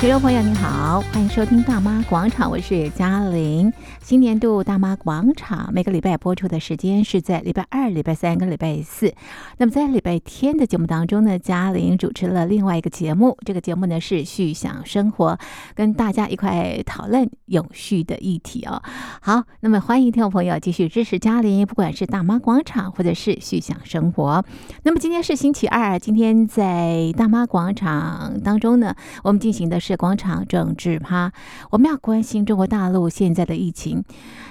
听众朋友您好，欢迎收听《大妈广场》，我是嘉玲。新年度《大妈广场》每个礼拜播出的时间是在礼拜二、礼拜三跟礼拜四。那么在礼拜天的节目当中呢，嘉玲主持了另外一个节目，这个节目呢是《续享生活》，跟大家一块讨论永续的议题哦。好，那么欢迎听众朋友继续支持嘉玲，不管是《大妈广场》或者是《续享生活》。那么今天是星期二，今天在《大妈广场》当中呢，我们进行的是广场政治趴，我们要关心中国大陆现在的疫情。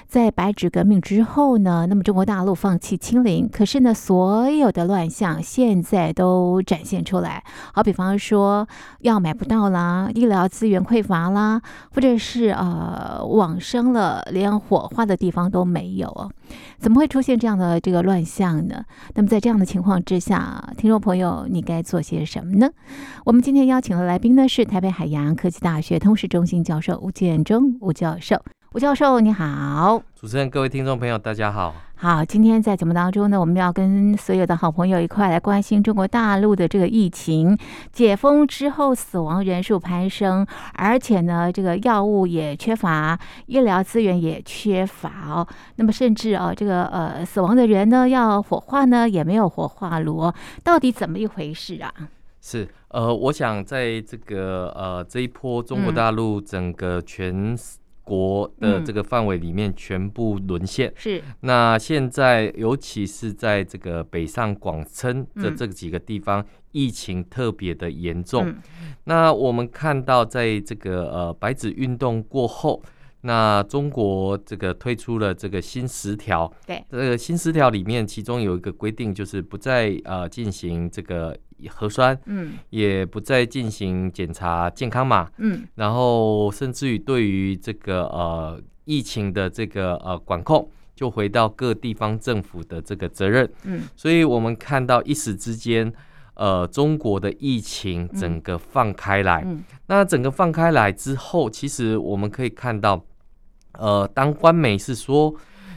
在白纸革命之后呢，那么中国大陆放弃清零，可是呢，所有的乱象现在都展现出来。好比方说药买不到啦，医疗资源匮乏啦，或者是呃往生了，连火化的地方都没有哦，怎么会出现这样的这个乱象呢？那么在这样的情况之下，听众朋友，你该做些什么呢？我们今天邀请的来宾呢是台北海洋科技大学通识中心教授吴建中吴教授。吴教授，你好。主持人、各位听众朋友，大家好。好，今天在节目当中呢，我们要跟所有的好朋友一块来关心中国大陆的这个疫情。解封之后，死亡人数攀升，而且呢，这个药物也缺乏，医疗资源也缺乏哦。那么，甚至哦，这个呃，死亡的人呢，要火化呢，也没有火化炉哦，到底怎么一回事啊？是呃，我想在这个呃这一波中国大陆整个全国的这个范围里面全部沦陷。是，那现在尤其是在这个北上广深的这几个地方，疫情特别的严重。嗯那我们看到，在这个呃白纸运动过后，那中国这个推出了这个新十条，对，这个新十条里面，其中有一个规定，就是不再呃进行这个核酸，嗯也不再进行检查健康码，嗯然后甚至于对于这个呃疫情的这个呃管控，就回到各地方政府的这个责任。嗯，所以我们看到一时之间，呃，中国的疫情整个放开来。嗯那整个放开来之后，其实我们可以看到，呃，当官媒是说。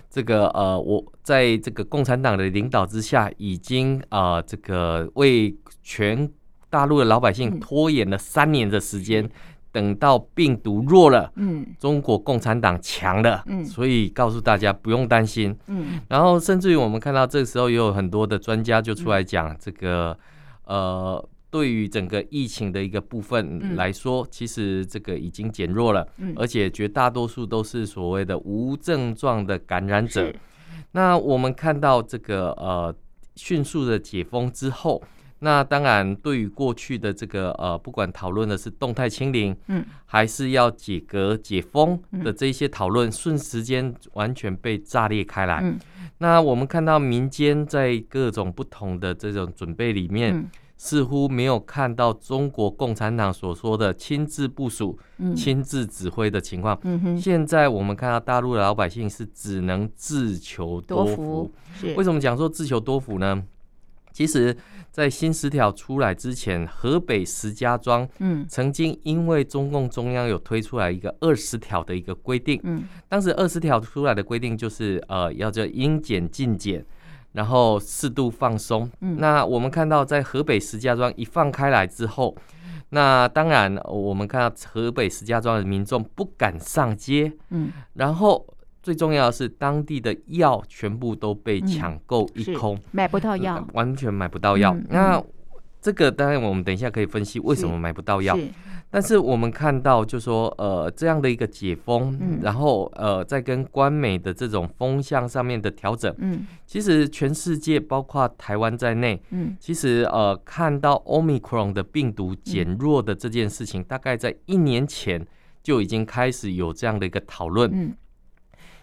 这个呃，我在这个共产党的领导之下，已经呃，这个为全大陆的老百姓嗯拖延了三年的时间，等到病毒弱了，嗯中国共产党强了，嗯所以告诉大家不用担心，嗯然后甚至于我们看到这个时候也有很多的专家就出来嗯讲这个，呃，对于整个疫情的一个部嗯分来说，其实这个已经减弱了，嗯，而且绝大多数都是所谓的无症状的感染者是。那我们看到这个呃迅速的解封之后。那当然，对于过去的这个呃，不管讨论的是动态清零，嗯还是要解隔解封的嗯这一些讨论，瞬时间完全被炸裂开来。嗯那我们看到民间在各种不同的这种准备里面，嗯似乎没有看到中国共产党所说的亲自部署、嗯亲自指挥的情况。嗯哼，现在我们看到大陆的老百姓是只能自求多多福。福是为，什么讲说自求多福呢？其实，在新十条出来之前，河北石家庄嗯曾经因为中共中央有推出来一个二十条的一个规定，嗯当时二十条出来的规定就是，呃，要叫应检尽检，然后适度放松。嗯那我们看到，在河北石家庄一放开来之后，那当然呃我们看到河北石家庄的民众不敢上街，嗯然后最重要的是，当地的药全部都被抢购嗯一是空，买不到药呃，完全买不到药。嗯那这个当然，我们等一下可以分析为什么买不到药。是但是我们看到，就说呃这样的一个解封，嗯然后呃在跟官媒的这种风向上面的调整，嗯其实全世界包括台湾在内，嗯其实呃看到 Omicron 的病毒减弱的这件事情，大概在一年前就已经开始有这样的一个讨论。嗯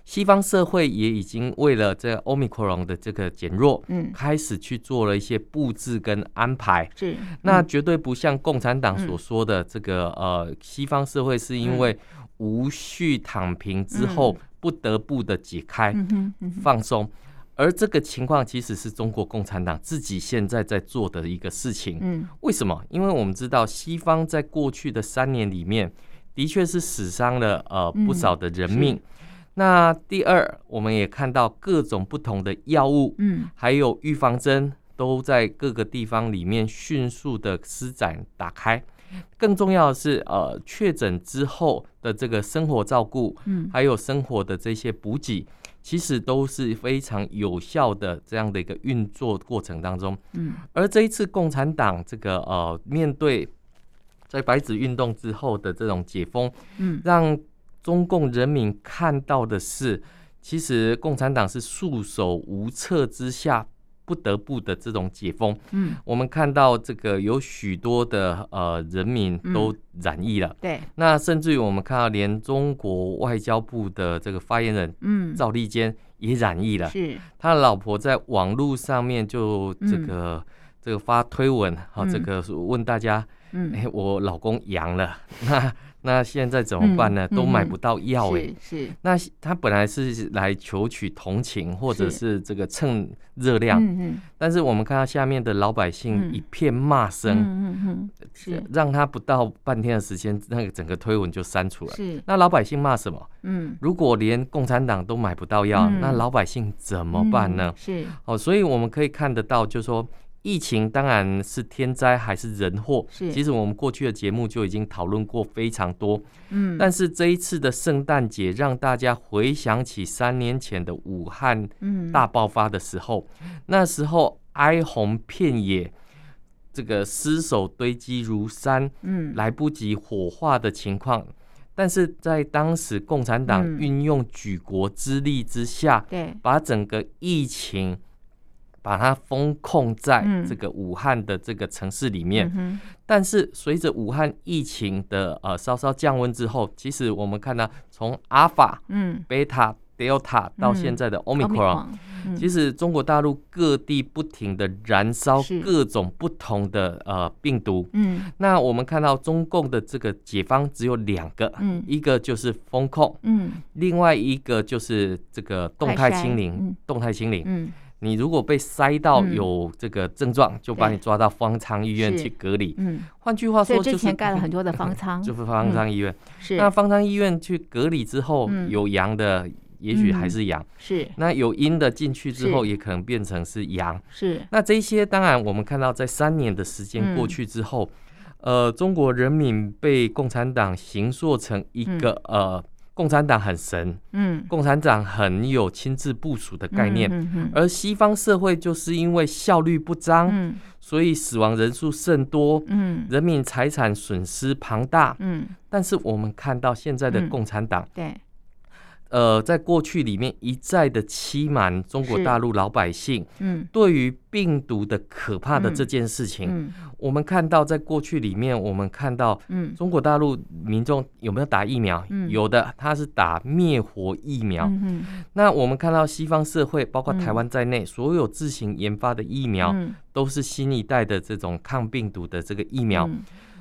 西方社会也已经为了这 Omicron 的这个减弱，嗯开始去做了一些布置跟安排。是，那嗯绝对不像共产党所说的这个、呃，西方社会是因为嗯无序躺平之后不得不的解开、嗯哼嗯哼放松，而这个情况其实是中国共产党自己现在在做的一个事情。嗯为什么？因为我们知道西方在过去的三年里面，的确是死伤了呃嗯不少的人是命。那第二，我们也看到各种不同的药物，嗯还有预防针都在各个地方里面迅速的施展打开。更重要的是，呃，确诊之后的这个生活照顾，嗯还有生活的这些补给，其实都是非常有效的这样的一个运作过程当中。嗯而这一次共产党这个呃，面对在白纸运动之后的这种解封，嗯让中共人民看到的是，其实共产党是束手无策之下不得不的这种解封。嗯，我们看到这个有许多的呃人民都染疫了，对，那甚至于我们看到连中国外交部的这个发言人嗯，赵立坚也染疫了，是，他的老婆在网络上面就这个、这个发推文，好、嗯这个是问大家，哎、嗯，我老公阳了，那那现在怎么办呢？嗯都买嗯不到药哎、是是，那他本来是来求取同情，或者是是这个蹭热量，嗯嗯但是我们看到下面的老百姓嗯一片骂嗯声，嗯嗯，是让他不到半天的时间，那个整个推文就删除了。是，那老百姓骂什么？嗯，如果连共产党都买不到药，嗯那老百姓怎么办呢嗯？是，哦，所以我们可以看得到，就是说疫情当然是天灾还是人祸，是其实我们过去的节目就已经讨论过非常多。嗯，但是这一次的圣诞节，让大家回想起三年前的武汉嗯大爆发的时候，那时候哀鸿遍野，这个尸首堆积如山，嗯来不及火化的情况。但是在当时共产党嗯运用举国之力之下，对，把整个疫情把它封控在嗯这个武汉的这个城市里面。嗯哼但是随着武汉疫情的呃稍稍降温之后，其实我们看到从阿尔法、嗯，贝塔、德尔塔到嗯现在的奥密克戎， Omicron，嗯其实中国大陆各地不停的燃烧是各种不同的呃病毒。嗯那我们看到中共的这个解方只有两个，嗯一个就是风控，嗯另外一个就是这个动快态筛清零。嗯动态清零，嗯你如果被塞到嗯有这个症状，就把对你抓到方舱医院是去隔离。嗯，换句话所说，以就之是嗯前盖了很多的方舱，就是嗯方舱医院。是那方舱医院去隔离之后，嗯有阳的也许还是阳，是那有阴的进去之后是也可能变成是阳。是，那这些当然，我们看到在三年的时间过去之后，嗯呃，中国人民被共产党形塑成一个、呃，共产党很神，嗯，共产党很有亲自部署的概念。呃嗯嗯而西方社会就是因为效率不彰，嗯所以死亡人数甚多，嗯人民财产损失庞大。嗯，但是我们看到现在的嗯共产党，对，呃，在过去里面一再的欺瞒中国是大陆老百姓，嗯对于病毒的可怕的嗯这件事情，嗯我们看到在过去里面，我们看到嗯，中国大陆民众有没有打疫苗？嗯有的，他是打灭活疫苗。嗯那我们看到西方社会，包括嗯台湾在内，所有自行研发的疫苗、嗯都是新一代的这种抗病毒的这个疫苗。嗯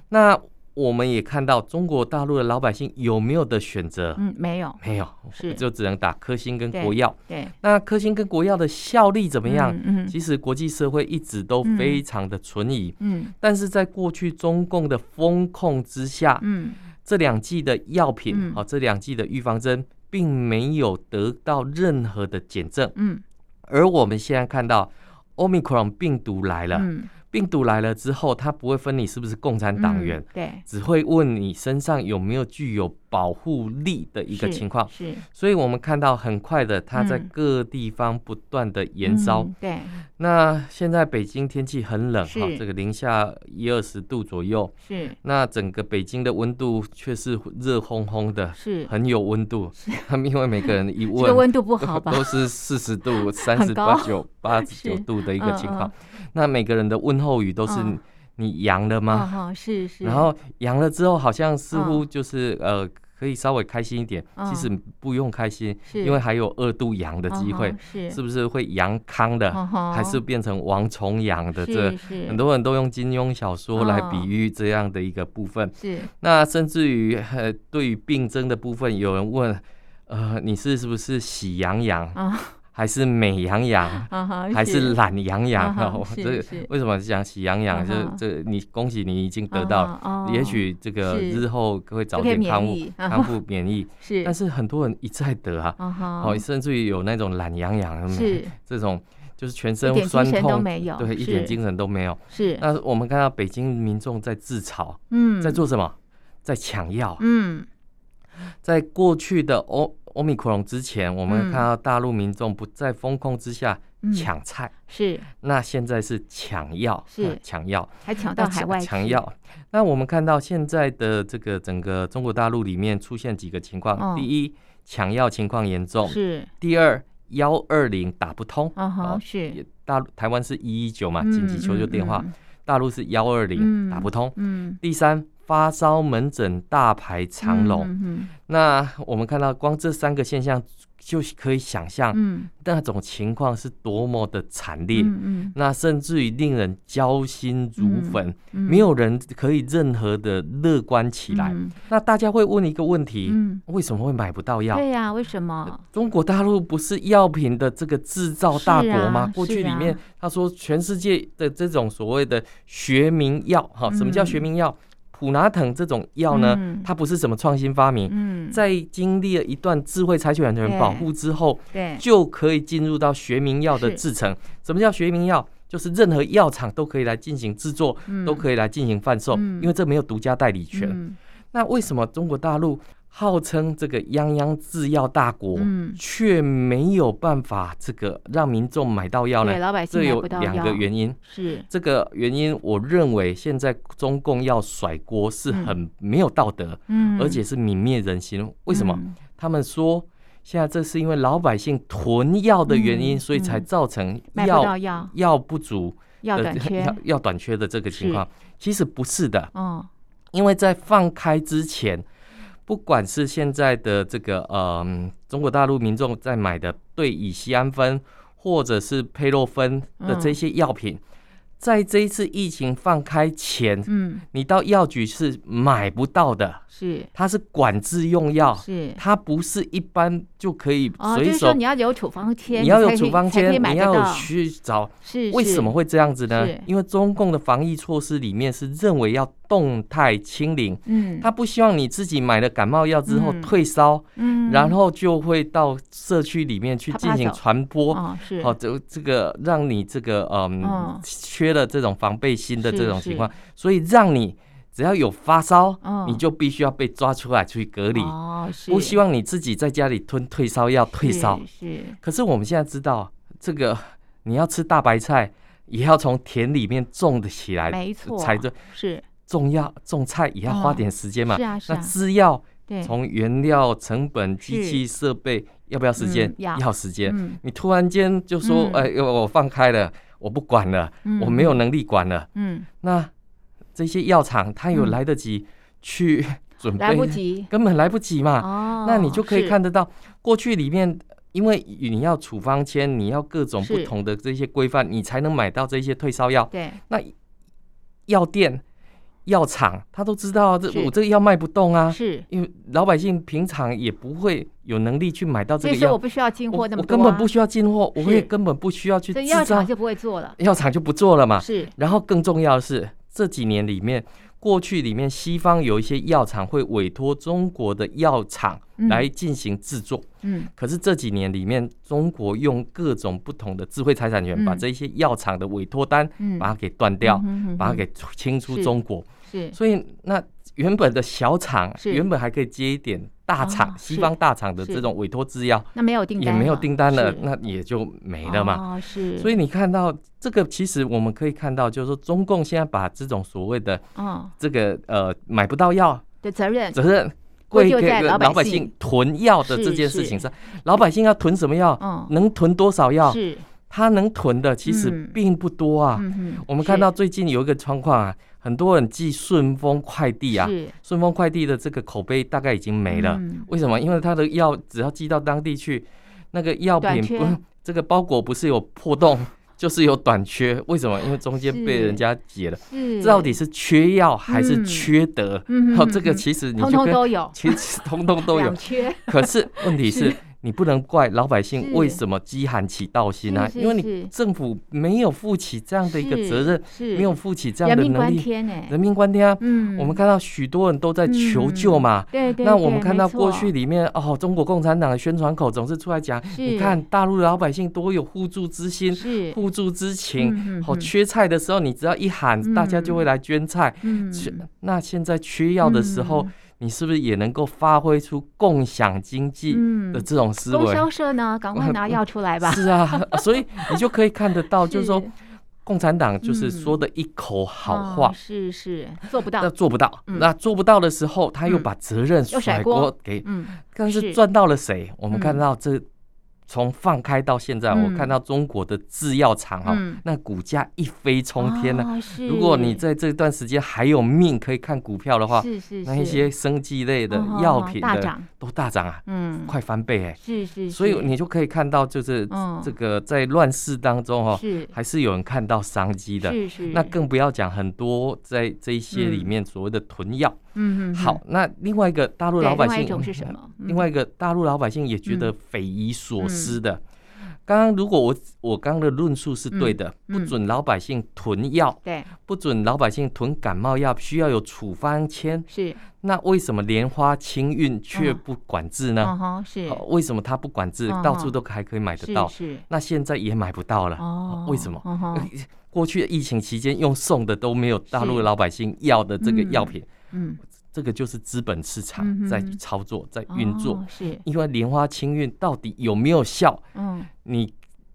那我们也看到中国大陆的老百姓有没有的选择？嗯没有，没有，是就只能打科兴跟国药。对，那科兴跟国药的效力怎么样？嗯嗯其实国际社会一直都非常的存疑。嗯但是在过去中共的风控之下，嗯这两剂的药品，嗯哦，这两剂的预防针，并没有得到任何的检证。嗯而我们现在看到，Omicron 病毒来了，嗯，病毒来了之后，它不会分你是不是共产党员，嗯对只会问你身上有没有具有保护力的一个情况。是所以我们看到，很快的，它在嗯各地方不断的延烧。，对那现在北京天气很冷，是哈、这个零下一二十度左右。是那整个北京的温度却是热烘烘的，是，很有温度。 因为每个人一这个问，温度不好吧？都是四十度、三十很高八九、八十九是度的一个情嗯况。那每个人的问候语都是嗯“你阳了哦吗哈，是？”是，然后阳了之后，好像似乎就是呃，可以稍微开心一点。嗯其实不用开心，是因为还有二度阳的机会嗯哼，是是不是会阳康的嗯，哼还是变成王重阳的？这是嗯是很多人都用金庸小说来比喻这样的一个部分。是那甚至于呃，对于病症的部分，有人问，呃，你是是不是喜羊羊，啊还是美羊 羊，啊哈，还是懒羊啊羊？哈哦是这是为什么讲喜羊啊羊？就哈这，你恭喜你已经得到了，了也许这个是日后会早就可以点康免复疫，啊哈康复免疫。 是，但是很多人一再得啊，啊哈哦，，甚至于有那种懒羊羊，是嗯这种就是全一身点酸精神都痛，没有对，一点是精神都没有。是，那我们看到北京民众在自嘲，嗯，在做什么？在抢药。嗯，在过去的欧欧米克戎之前，我们嗯看到大陆民众不在风控之下嗯抢菜，是，那现在是抢药，是呃抢药。还抢那到海抢外抢去，药。那我们看到现在的这个整个中国大陆里面出现几个情况：哦第一，抢药情况严重；是，第二，幺二零打不通。嗯哦哼，是，也大陆台湾是一一九嘛，紧急求救电话；嗯大陆是幺二嗯零打不通。嗯，第三，发烧门诊大排长龙。嗯那我们看到光这三个现象，就可以想象嗯那种情况是多么的惨烈。嗯那甚至于令人焦心如焚，嗯，没有人可以任何的乐观起来。嗯那大家会问一个问题：嗯，为什么会买不到药？对呀，为什么？中国大陆不是药品的这个制造大国吗？是啊过去是里啊面他说，全世界的这种所谓的学名药，哈、什么叫学名药？普拿疼这种药呢，嗯它不是什么创新发明，嗯，在经历了一段智慧财产权保护之后，对，就可以进入到学名药的是制成。什么叫学名药？就是任何药厂都可以来进行制作，都以可以来进行贩售，嗯因为这没有独家代理权。嗯那为什么中国大陆号称这个泱泱制药大国，嗯却没有办法这个让民众买到药对，呢？老百姓这买有不到两个药原因。是，这个原因，我认为现在中共要甩锅是很没有道德，嗯，而且是泯灭人心。为什么？嗯他们说现在这是因为老百姓囤药的原因，嗯所以才造成买不到药呃药，药不足药的短缺 药，药短缺的这个情况。其实不是的，哦，因为在放开之前，不管是现在的这个呃嗯中国大陆民众在买的对乙酰氨酚或者是佩洛芬嗯的这些药品，在这一次疫情放开前，嗯，你到药局是买不到的，是它是管制用药。是。它不是一般就可以哦，就随是说手，你要有处方签，你要才有可以处方才可以签，买你得要有到。去找。是为什么？会这样子呢是？因为中共的防疫措施里面是认为要动态清零，是嗯，他不希望你自己买了感冒药之后嗯退烧，嗯，然后就会到社区里面去啪啪进行走传播。哦是好，这这个让你这个嗯、嗯缺了这种防备心的是这种情是况，所以让你只要有发烧，嗯你就必须要被抓出来去隔离。哦是不希望你自己在家里吞退烧药退烧。是是可是我们现在知道，这个你要吃大白菜，也要从田里面种的起来，没错才对。是种药种菜也要花点时间嘛。是啊是那啊，制药对，从原料、成本、机器设备要不要时间嗯？要时间。嗯你突然间就说，嗯哎、我我放开了，我不管了，嗯我没有能力管了。嗯那这些药厂，它有嗯来得及去 准备？来不，及根本来不及嘛。哦，啊那你就可以是看得到，过去里面因为你要处方签，你要各种不是同的这些规范，你才能买到这些退烧药。对那药店、药厂他都知道啊，这是我这个药卖不动啊，是，因为老百姓平常也不会有能力去买到这所个以说我药，不需要进货我那我么多啊，根本不需要进货，我是也根本不需要去所以制药造啊厂，就不会做了，药厂就不做了嘛。是然后更重要的是，这几年里面，过去里面西方有一些药厂会委托中国的药厂嗯来进行制作，嗯可是这几年里面，中国用各种不同的智慧财产权，嗯把这些药厂的委托单嗯，把它给断掉，嗯哼把它哼给清出是中国。是所以那原本的小厂，是原本还可以接一点大厂、哦西是方大厂的是这种委托制药，那没有订也单没有订单了是，那也就没了嘛。哦是，所以以你看到这个，其实我们可以看到，就是说中共现在把这种所谓的嗯这个呃买不到药的责任责任归归咎给在老老百百姓姓囤药的这件是事情是上，老百姓要囤什么药？嗯能囤多少药？是他能囤的其实嗯并不多啊。嗯哼我们看到是最近有一个状况啊，很多人寄顺丰快递啊，是顺丰快递的这个口碑大概已经没了。嗯为什么？因为他的药只要寄到当地去，那个药短品缺不，这个包裹不是有破洞， 就是有短缺。为什么？因为中间是被人家解了。是到底是缺药还是嗯缺德？嗯好，嗯这个嗯其实你通就通跟都有其实通通都有 两。缺可是问题是是，你不能怪老百姓是为什么饥寒 起盗心啊，是是因为是你政府没有负起这样的一个是责任，是没有负起这人样的命能关力，天哎，人命关天啊！嗯，我们看到许多人都在求救嘛。对对，那我们对看到过，去没错里面哦，中国共产党的宣传口总是出来讲，是你看大陆的老百姓多有互助之心、嗯是互助之情。嗯好、嗯嗯缺菜的时候，你只要一喊，大家就会来捐菜。嗯缺那现在缺药的时候，你是不是也能够发挥出共享经济嗯的这种思供维？销社呢，赶快 拿药出来吧，是啊，所以你就可以看得 到，就是说共产党就是嗯说的一口好哦话，是是做不那到，做不到，嗯那做不到的时候，他又把责任又甩甩锅锅给，嗯，但是是赚到了谁？我们看嗯到这从放开到现在，嗯我看到中国的制药厂哈嗯，那股价一飞冲天呢。哦是如果你在这段时间还有命可以看股票的话，是是那一是些生技类的哦哦、药哦品大的涨，都大涨啊，嗯，快翻倍哎！是是，所以是你就可以看到，就是嗯这个在乱世当中哦，是还是有人看到商机的。是是，那更不要讲很多在这一些里面所谓的囤药。嗯嗯好，那另外一个大陆对老百另外一姓嗯种是嗯什么？嗯另外一个大陆老百姓也觉得匪夷所思的。刚刚如果我我刚刚的论述是对的，嗯不准老百姓囤药，对不准老百姓囤感冒药，需要有处方签。是，那为什么莲花清运却不管制呢？嗯哼是哦为什么它不管制，嗯到处都还可以买得是到？是那现在也买不到了，哦，啊为什么？嗯哼 过去疫情期间用送的都没有大陆是老百姓要的这个嗯药品，嗯这个就是资本市嗯哼场在操作、在运作。哦是因为莲花清运到底有没有效，嗯你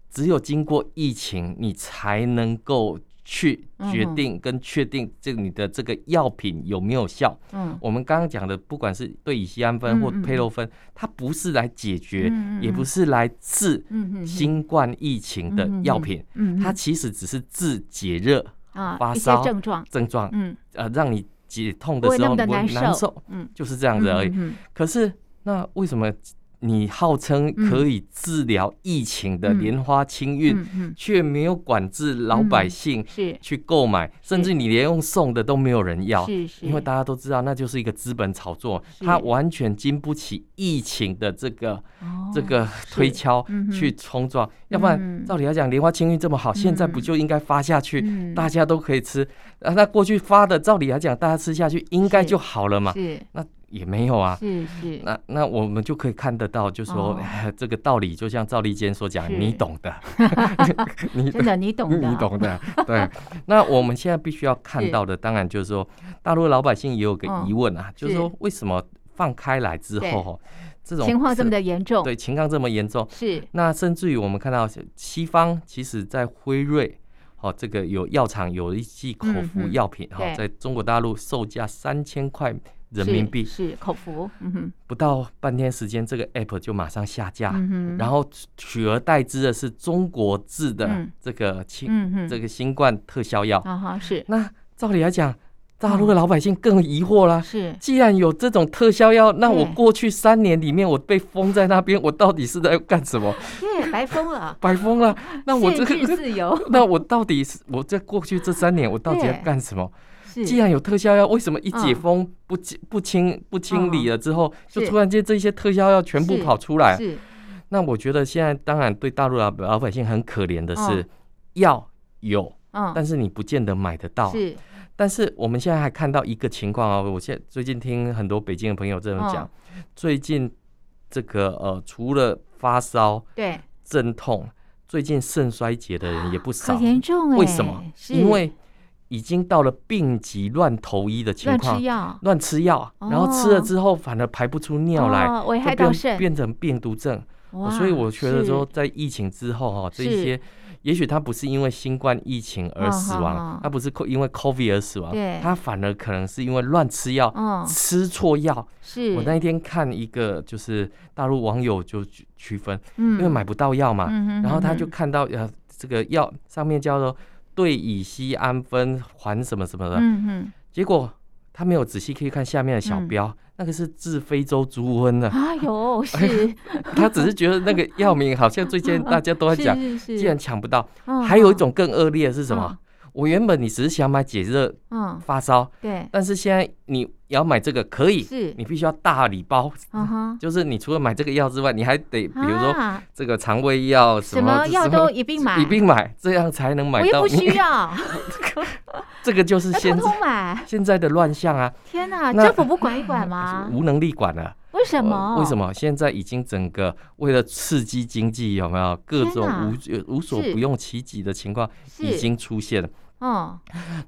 只有经过疫情，你才能够去决嗯定跟确定这你的这个药品有没有效。嗯我们刚刚讲的，不管是对乙酰氨酚或嗯嗯嗯佩洛芬，它不是来解决，嗯嗯嗯也不是来治嗯嗯新冠疫情的药品，嗯它其实只是治解热啊发一些烧症状，症状，嗯呃，让你解痛不的会时那候么的不会难难受受，嗯就是这样子而已。嗯可是那为什么你号称可以治疗疫情的嗯莲花清运，嗯嗯却没有管制老百姓是去购买，嗯甚至你连用送的都没有人要？是是，因为大家都知道，那就是一个资本炒作，嗯是它完全经不起疫情的这个、哦这个推敲、嗯哼去冲撞。要不然，嗯照理来讲，莲花清运这么好，现在不就应该发下去，嗯大家都可以吃？啊，那过去发的，照理来讲，大家吃下去应该是就好了嘛？是那也没有啊。是是那那我们就可以看得到，就说、哦 这个道理，就像赵立坚所讲，是你懂 的， 你真的，你懂的，你嗯懂的， 对。那我们现在必须要看到的，当然就是说，大陆老百姓也有个嗯疑问啊，就是说为什么放开来之对后，哦这种情况这么的的严重，对情况这么严重？是那甚至于我们看到西方，其实在辉瑞。哦，这个有药厂有一剂口服嗯嗯药品，哈、对在中国大陆售价三千块人民币，是是口服，嗯哼，不到半天时间，这个 app 就马上下架，嗯哼然后取而代之的是中国制的嗯这个新、嗯哼，这个个新冠特效药。啊哈 是那照理来讲，大陆的老百姓更疑惑啦。是既然有这种特效药，那我对过去三年里面我被封在那边，我到底是在干 什么？，耶白疯了白封了。那我这限制个，自由 那我到底是我在过去这三年我到底在对干什么？是既然有特效药，为什么一嗯解哦封不清不清不清理了之后，是就突然间这些特效药全部是跑出来？是那我觉得现在当然对大陆老老百姓很可怜的是嗯，药有，嗯但是啊你不见得买得到。是但是我们现在还看到一个情况啊，我现在最近听很多北京的朋友这么讲，嗯最近这个呃，除了发烧、对阵痛，最近肾衰竭的人也不少很。严重哎，为什么？是因为已经到了病急乱投医的情乱况吃，药乱吃药，哦然后吃了之后反而排不出尿来，哦危就害到变肾变成病毒症。哇，所以我觉得说，哦是在疫情之后哈、这是一些也许他不是因为新冠疫情而嗯死嗯嗯亡，他不是 co- 因为 COVID 而死亡对，他反而可能是因为乱吃药。嗯吃错药，是我那一天看一个就是大陆网友就区区分，因因为买不到药嘛，嗯然后他就嗯看到呃这个药上面叫做对乙酰氨酚还什么什么的，嗯嗯结果他没有仔细可以看下面的小嗯标，那个是治非洲猪瘟的、啊有是 他只是觉得那个药名好像最近大家都在是讲，是是，既然抢不到，嗯还有一种更恶劣的是什么？我原本你只是想买解热嗯，发烧，对，但是现在你要买这个可以，是你必须要大礼包，嗯哼，就是你除了买这个药之外，你还得比如说啊这个肠胃药什什么么药都一并买，一并买，这样才能买我又到不。 需要，这个就是 那现通在通买。现在的乱象啊，天哪，那政府不管一管吗？无能力管了。为啊什么？呃为什？么现在已经整个为了刺激经济，有没有各天种哪无呃无所是不用其极的情况已是，经出现了？嗯，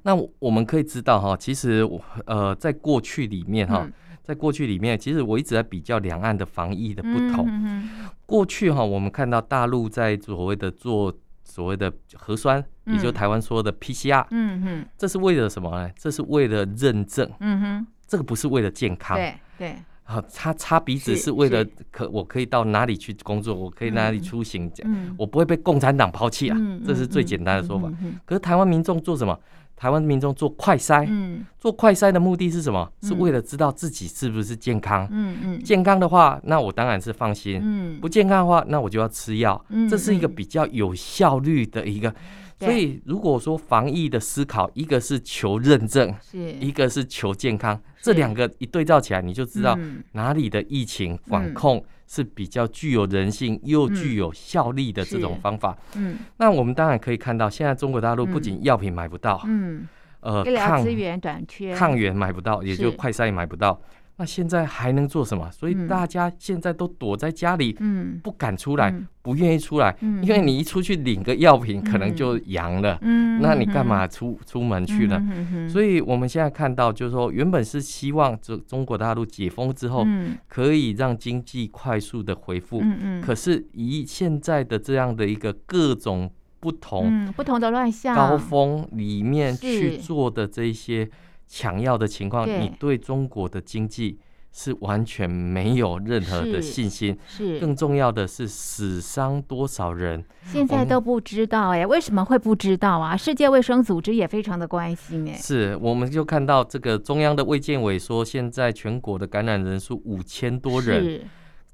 那我我们可以知道哈，其实我呃在过去里面哈，嗯在过去里面，其实我一直在比较两岸的防疫的不同。嗯嗯过去哈，我们看到大陆在所谓的做所谓的核酸，嗯也就台湾说的 PCR，嗯嗯这是为了什么呢？这是为了认证，嗯哼，这个不是为了健康。对对，啊，擦擦鼻子是是为了是可我可以到哪里去工作，我可以哪里嗯出行，这样嗯，我不会被共产党抛弃啊，嗯这是最简单的说法。，嗯可是台湾民众做什么？台湾民众做快筛，嗯做快筛的目的是什么？是嗯为了知道自己是不是健康。嗯嗯健康的话，那我当然是放心；嗯，哎不健康的话，那我就要吃药。嗯这是一个嗯比较有效率的一个。对所以，如果说防疫的思考，一个是求认证，是一个是求健康，这两个一对照起来，你就知道嗯哪里的疫情管控是比较具有人性又具有效力的这种方法。嗯那我们当然可以看到，现在中国大陆嗯不仅药品买不到，嗯，呃医，疗抗资源短缺，抗原买不到，也就是快筛也买不到。那现在还能做什么？所嗯以大家现在都躲在家里，嗯不敢出来嗯，不愿意出来，嗯因为你一出去领个药品，可能嗯就阳了。嗯，那你干嘛出出门去呢？嗯所以我们现在看到，就是说，原本是希望中中国大陆解封之后，嗯可以让经济快速的恢复。嗯嗯，可是以现在的这样的一个各种不同嗯不同的乱象，高峰里面去是做的这一些抢药的情况，对你对中国的经济是完全没有任何的是信心。是更重要的是，死伤多少人？现在都不知道哎，为什么会不知道啊？世界卫生组织也非常的关心哎，是我们就看到这个中央的卫健委说，现在全国的感染人数五千 多人。是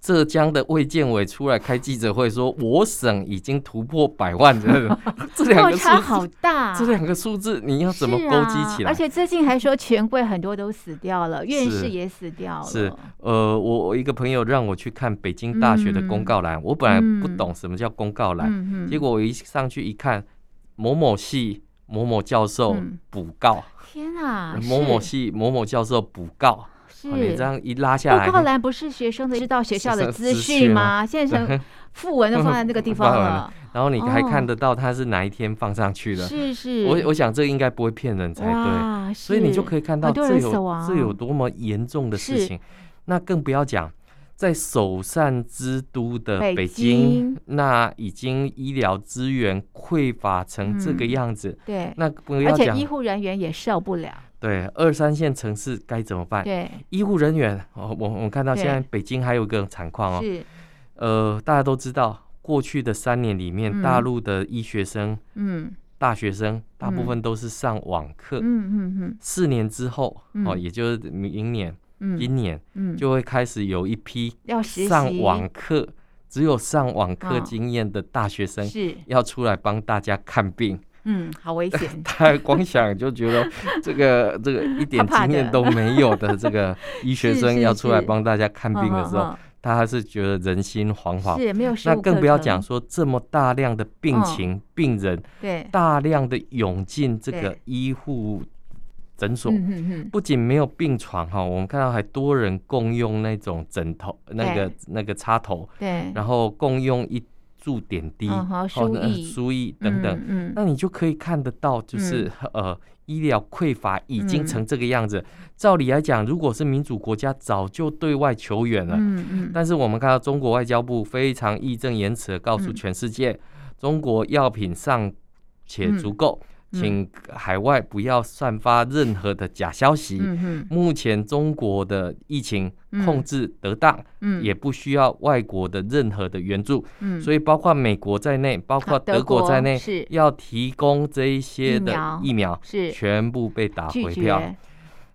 浙江的卫健委出来开记者会说，我省已经突破百万 人，这两落个差数好字，大，这两个数字你要怎么是勾啊稽起来？而且最近还说权贵很多都死掉了，院是士也死掉了，是呃，我我一个朋友让我去看北京大学的公告栏，我本来不懂什么叫公告栏，嗯嗯嗯结果我一上去一看，某某系某某教授嗯补告，天啊，某某是系某某教授补告，是啊你这样一拉下来，布告栏不是学生的知道学校的资学生讯资吗？现在 成副文都放在那个地方放完了了，然后你还哦看得到他是哪一天放上去的。是是，我我想这应该不会骗人才对，哇，所以你就可以以看嗯到很多这人有死亡这有多么严重的是事情。那更不要讲，在首善之都的北北京，京那已经医疗资源匮乏成这个嗯样子，对，那不而要且讲医护人员也受不了，对二三线城市该怎么办？对，医护人员，哦，我我们看到对现在北京还有一个惨况哦，是，呃，大家都知道，过去的三年里面，嗯大陆的医学生、嗯大学生大部嗯分都是上网课。嗯嗯四年之后，哦，嗯也就是明年、嗯嗯今年嗯，就会开始有一批要实习上网课、只有上网课嗯经验的大学生是，要出来帮大家看病。，嗯，好危险 他光想就 觉得这个这个一点怕怕经验的都没有的 这个医学是生是要出来是帮大家看病的时候，嗯他还是觉得人心惶嗯嗯惶。是没有实那物更课不要程讲说这么大量的病嗯情、病人对，大量的涌进这个对医护诊所，嗯嗯嗯，不仅没有病床哈，我们看到还多人共用那种枕头、那个那个插头，对，然后共用一注点滴、嗯好哦输那液输液等等。嗯，嗯那你就可以看得到，就是、呃，医疗匮乏已经成这个样嗯子。照理来讲，如果是民主国家，早就对外求援了。嗯嗯，但是我们看到中国外交部非常义正言辞的告诉嗯全世界，中国药品尚且足够，嗯请海外不要散发任何的假消息。嗯目前中国的疫情控制得当，嗯也不需要外国的任何的援助，嗯，所以包括美国在内，包括啊德德国在内，是要提供这一些疫的苗疫苗，是全部被打拒回票。绝，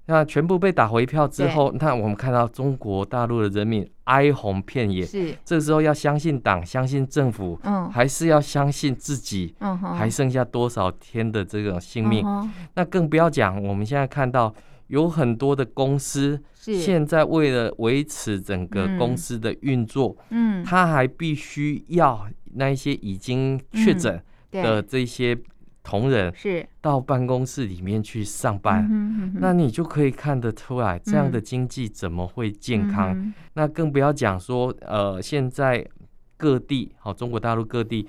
那全部被打回票之后，那我们看到中国大陆的人民哀鸿遍野。是，这个时候要相信党，相信政府，嗯还是要相信自己？嗯哼，还剩下多少天的这种性命？嗯哼那更不要讲，我们现在看到有很多的公司，是，现在为了维持整个嗯公司的运作，嗯，他还必须要那一些已经确诊的嗯对，这些同仁是，到办公室里面去上嗯班。哼嗯哼那你就可以看得出来，这样的经济怎么会健康？嗯那更不要讲说，呃，现在各地，好、中国大陆各地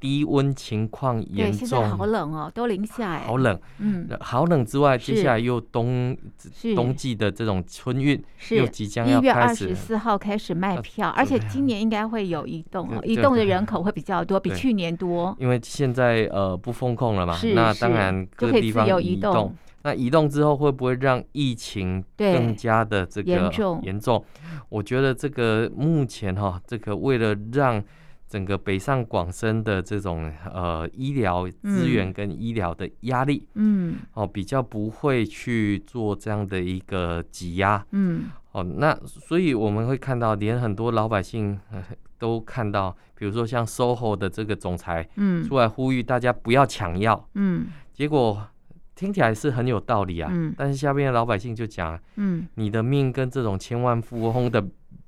低温情况哼对，严现重，在好冷哦，都零下哎，好冷，嗯，呃好冷之外，接是下来又冬是冬季的这种春运又是。即将要一月开二始十呃了，四号开始卖要票，而且准备今年应该会有移动哦，对移对动的对人口会比较多，比对去年多。因为现在呃不封控了嘛是，那是当然就各可以地自由方移移动动，那移动之后会不会让疫情对更加的这个严重严重？我觉得这个目前哈、这个为了让整个北上广深的这种呃医疗资源跟医疗的压力、嗯哦，比较不会去做这样的一个挤压嗯，哦。那所以我们会看到，连很多老百姓、 呃都看到，比如说像 SOHO 的这个总裁嗯出来呼吁大家不要抢药，嗯结果听起来是很有道理啊，嗯但是下面的老百姓就讲，嗯，你的命跟这种千万富翁的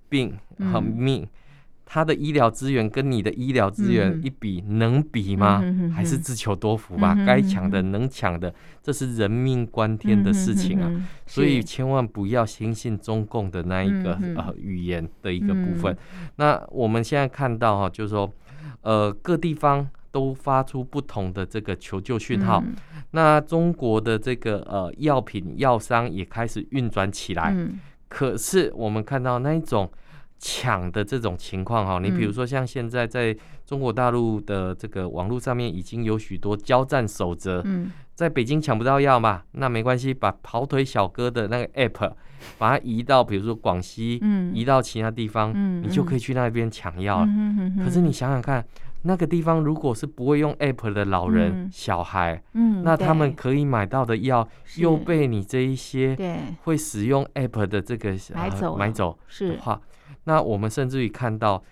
病嗯和命，他的医疗资源跟你的医疗资源嗯一比，能比吗？嗯哼哼还是哼自求多福吧嗯哼哼？该抢的、哼能抢的，这是人命关天的事情啊！嗯哼哼哼所以是千万不要轻信中共的那一个嗯哼呃语言的一个部分嗯。那我们现在看到哈，就是说，呃，各地方都发出不同的这个求救讯号。嗯那中国的这个呃药品药商也开始运转起来，嗯可是我们看到那一种抢的这种情况哈、你比如嗯说像现在在中国大陆的这个网络上面已经有许多交战守则，嗯在北京抢不到药嘛，那没关系，把跑腿小哥的那个 app 把它移到比如说广西，嗯移到其他地方，嗯你就可以以去那边抢药了。嗯哼哼可是你想想看，那个地方如果是不会用 app 的老人、嗯小孩，嗯，那他们对可以买到的药是又被你这一些对会使用 app 的这个买走呃、买了走的是话，那我们甚至于看到，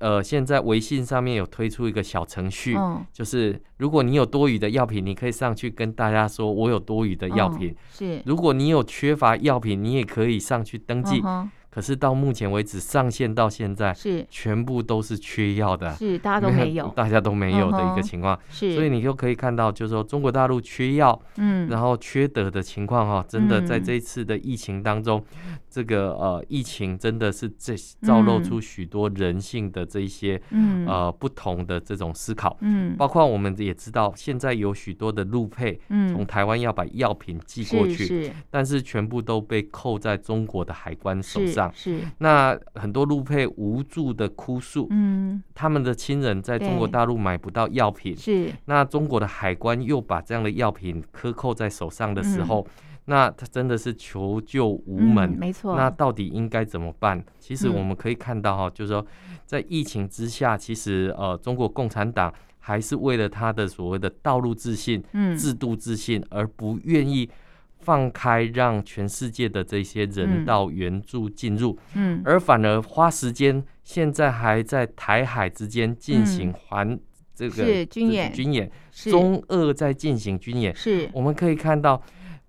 呃，现在微信上面有推出一个小程序。嗯就是如果你有多余的药品，你可以上去跟大家说我有多余的药品。嗯是如果你有缺乏药品，你也可以上去登记。嗯哼可是到目前为止，上线到现在，是全部都是缺药的，是大家都没有 大家都没有的一嗯哼个情况。是，所以你就可以看到，就是说中国大陆缺药，嗯然后缺德的情况哈、真的在嗯这一次的疫情当中，这个呃疫情真的是这暴露嗯出许多人性的这一些、嗯呃不同的这种思考。嗯包括我们也知道，现在有许多的路配从嗯台湾要把药品寄过是去，是但是全部都被扣在中国的海关手是上。是那很多路配无助的哭诉，嗯他们的亲人在中国对大陆买不到药品，是那中国的海关又把这样的药品克扣在手上的时候，那他真的是求救无嗯门。没错那到底应该怎么办？其实嗯我们可以看到哈、就是说，在疫情之下，其实呃，中国共产党还是为了他的所谓的道路自信、嗯制度自信，而不愿意放开让全世界的这些嗯人道援助进入，嗯而反而花时间现在还在台海之间进行环这个嗯是军这演军演，是中俄在进行军演，是我们可以看到。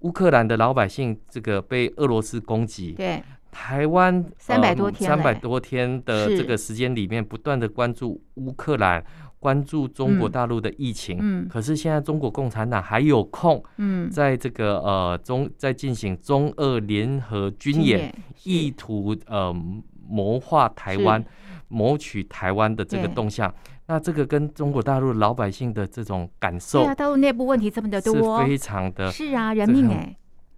乌克兰的老百姓这个被俄罗斯攻击，对台湾嗯300多天三嘞百多天的是这个时间里面，不断的关注乌克兰，关注中国大陆的疫情。嗯可是现在中国共产党还有空嗯在这个呃中在进行中俄联合军演，是意图呃谋划台湾是，谋取台湾的这个对动向。那这个跟中国大陆老百姓的这种感对受啊，大陆内部问题这么的是多，非常的是啊，人这命很哎，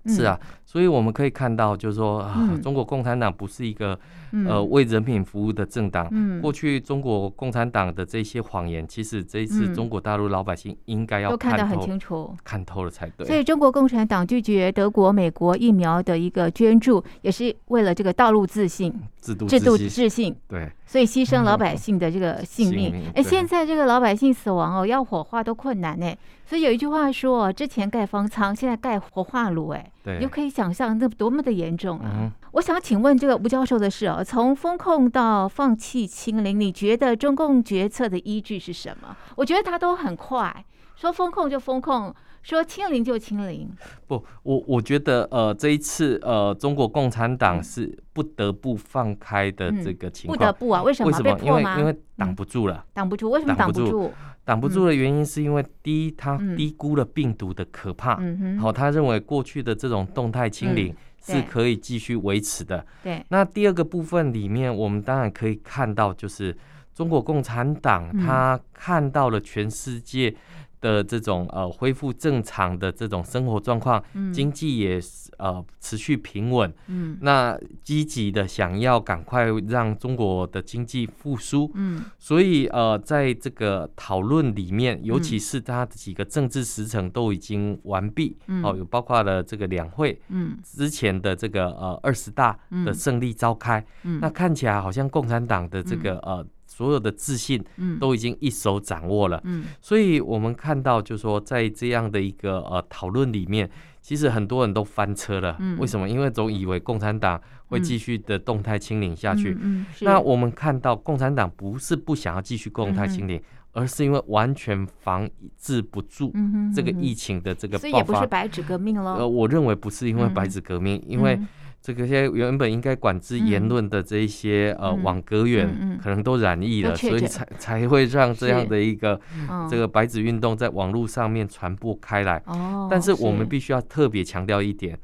是嗯啊，所以我们可以看到，就是说、啊嗯中国共产党不是一个、嗯呃为人民服务的政党。嗯过去中国共产党的这些谎言，其实这一次嗯中国大陆老百姓应该要都看看得很透，清楚。看透了才所对。以中国共产党拒绝德国、美国疫苗的一个捐助，也是为了这个道路自信、制度制度信嗯自信，对所以牺牲老百姓的这个性性命命。哎，对现在这个老百姓死亡哦，要火化都困难呢，所以有一句话说，之前盖方舱，现在盖活化炉，哎，对，你就可以想象那多么的严重啊！嗯，我想请问这个吴教授的是哦，从风控到放弃清零，你觉得中共决策的依据是什么？我觉得他都很快，说风控就风控，说清零就清零。不，我我觉得呃，这一次呃，中国共产党是不得不放开的嗯这个情不况。得不啊，为什为么什被么？因迫为吗？嗯因为挡不住了，挡不住，为什么挡挡不不住？挡不住的原因是因为第一，他嗯低估了病毒的可怕。嗯哼，啊好、他认为过去的这种动态清零对是可以继续维持的。对，那第二个部分里面，我们当然可以看到，就是中国共产党嗯他看到了全世界的这种呃恢复正常的这种生活状况，嗯经济也是呃持续平稳，嗯那积极的想要赶快让中国的经济复苏，嗯所以呃在这个讨论里面，尤嗯其是他的几个政治时程都已经完毕，嗯哦，有包括了这个两会，嗯之前的这个呃二十大的胜利召开，嗯那看起来好像共产党的这个、呃所有的自信嗯都已经一手掌握了。嗯所以我们看到，就是说在这样的一个呃讨论里面，其实很多人都翻车了。嗯为什么？因为总以为共产党会嗯继续的动态清零下去。嗯，嗯是那我们看到，共产党不是不想要继续动态嗯嗯清零，而是因为完全防治不住嗯哼这个嗯哼疫情的这个所以爆也不发。是白纸革命呃，喽，我认为不是因为嗯白嗯纸革命，因为嗯这个些原本应该管制言嗯论的这一些、呃嗯网格员，嗯嗯可能都染疫都了，确所以诊才才会让这样是的一个嗯这个白纸运动在网络上面传播开来。哦，但是我们必须要特别强调一点。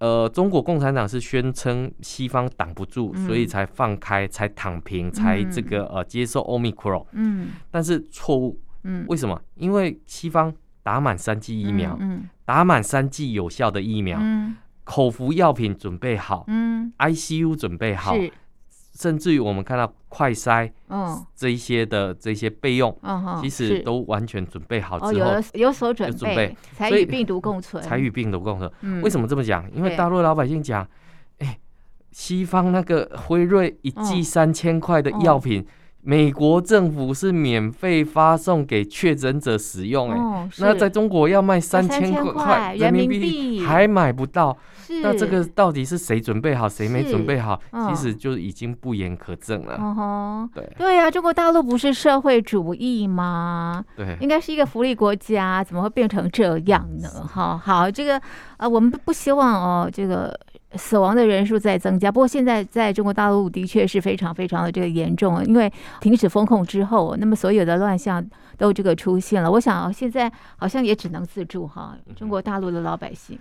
呃，中国共产党是宣称西方挡不住，所以嗯才放开、才躺平、才嗯这个呃接受 Omicron，嗯但是错误。嗯为什么？因为西方打满三剂疫苗，嗯打满三剂有效的疫苗，嗯口服药品准备好、嗯 i c u 准备好，是甚至于我们看到快筛嗯这一些的这些备用，嗯哼其是实都完全准备好哦之有后，了有所准有准备，才所与以病毒共存，才与病毒共存。嗯为什么这么讲？因对为大陆老百姓讲，哎、西方那个辉瑞一剂嗯三千块的药品。美国政府是免费发送给确诊者使用、哎、哦是那在中国要卖三千3000块块人人民民币币，还买不到。是那这个到底是谁准备好，谁没是准备好，嗯其实就已经不言可证了。嗯哼。对对呀、中国大陆不是社会主义吗？对，应该是一个福利国家，怎么会变成这样呢？哈，好，这个呃，我们不不希望哦，这个死亡的人数在增加。不过现在在中国大陆的确是非常非常的这个严重啊，因为停止风控之后，那么所有的乱象都这个出现了。我想哦现在好像也只能自助哈，嗯中国大陆的老百姓，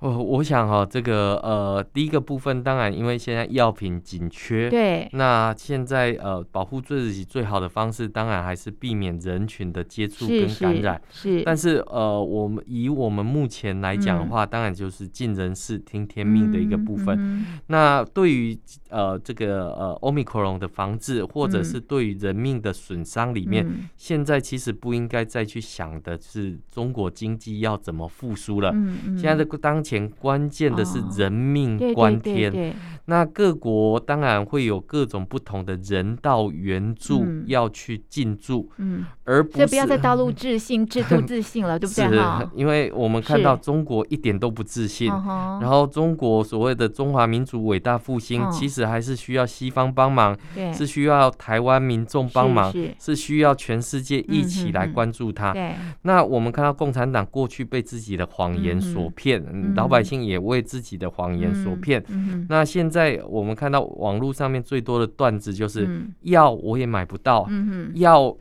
我我想哈、这个呃，第一个部分当然因为现在药品紧缺，对，那现在呃，保护自己最好的方式，当然还是避免人群的接触是跟感是染。是，但是呃，我们以我们目前来讲的话，当然就是尽人事听天命的一个部分。嗯那对于呃这个呃 omicron 的防治，或者嗯是对于人命的损伤里面，嗯现在其实不应该再去想的是中国经济要怎么复苏了。嗯嗯，现在的当前关键的是哦人命对关对嗯天，对对那各国当然会有各种不同的人道援助嗯要去进驻，嗯，而不所以是不要在大陆自信、制度自信 了，对不对是哈？因为我们看是到中国一点都不自信，嗯哼然后中国所谓的中华民族伟大复兴，嗯其实还是需要西方帮忙，对是需要台湾民众帮忙。啊是是是需要全世界一嗯起哼来哼关注它。对，那我们看到共产党过去被自己的谎言所骗，嗯老百姓也为自己的谎言所嗯骗。嗯哼那现在我们看到网络上面最多的段子就是、嗯药我也买不到，嗯哼，药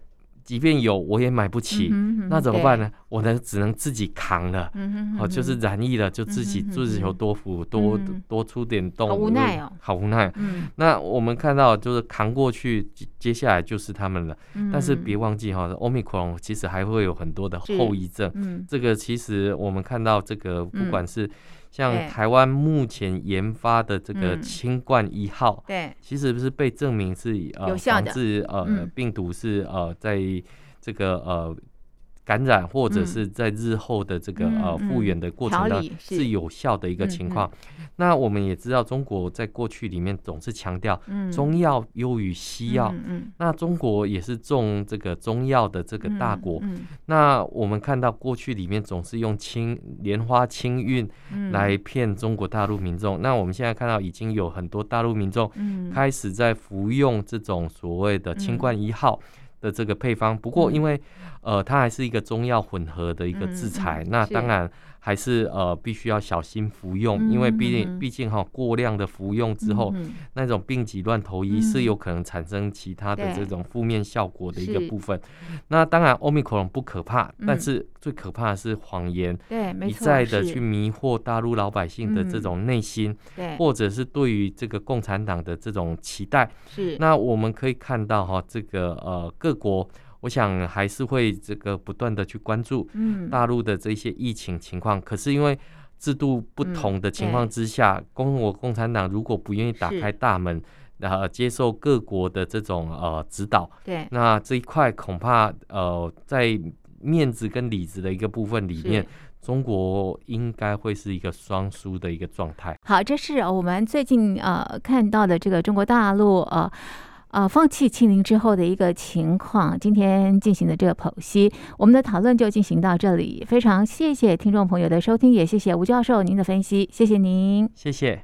即便有我也买不起，嗯哼那怎么办？呢？我呢只能自己扛了。嗯哼嗯哼，哦，就是染疫了，就自己嗯哼自求多福，多嗯多出点动，好无奈哦，好无奈。嗯，那我们看到就是扛过去，接接下来就是他们了。嗯但是别忘记哈、哦、，omicron 其实还会有很多的是后遗症。嗯这个其实我们看到，这个不嗯管是像对台湾目前研发的这个嗯清冠一号，对其实是被证明是以呃有效的防治呃、嗯病毒是呃在这个呃感染或者是在日后的这个、嗯呃嗯复原的过程调当理中是嗯是有效的一个情况。那我们也知道，中国在过去里面总是强调嗯中药优于西药。嗯嗯，那中国也是重这个中药的这个大国，嗯那我们看到过去里面总是用清莲花清运嗯来骗中国大陆民众，那我们现在看到已经有很多大陆民众嗯开始在服用这种所谓的清冠一号的这个配方。不过，因为呃，它还是一个中药混合的一个制嗯裁，嗯嗯那是当然还是呃必须要小心服用，嗯因为毕嗯嗯竟毕竟哈、过量的服用之后，嗯那种病急乱投医嗯是有可能产生其他的对这种负面效果的一个是部分。那当然，欧米克戎不可怕，嗯但是最可怕的是谎言。对，没一错，再的是去迷惑大陆老百姓的这嗯种内心，对，或者是对于这个共产党的这种期待。是那我们可以看到哈，这个呃各国，我想还是会这个不断的去关注嗯大陆的这些疫情情况。可是因为制度不同的情况之下，中国共产党如果不愿意打嗯是开大门，呃，接受各国的这种呃指导，对那这一块恐怕呃在面子跟里子的一个部分里是面，中国应该会是一个双输的一个状态。好，这是呃我们最近呃看到的这个中国大陆呃。呃，放弃清零之后的一个情况，今天进行的这个剖析，我们的讨论就进行到这里。非常谢谢听众朋友的收听，也谢谢吴教授您的分析，谢谢您。谢谢。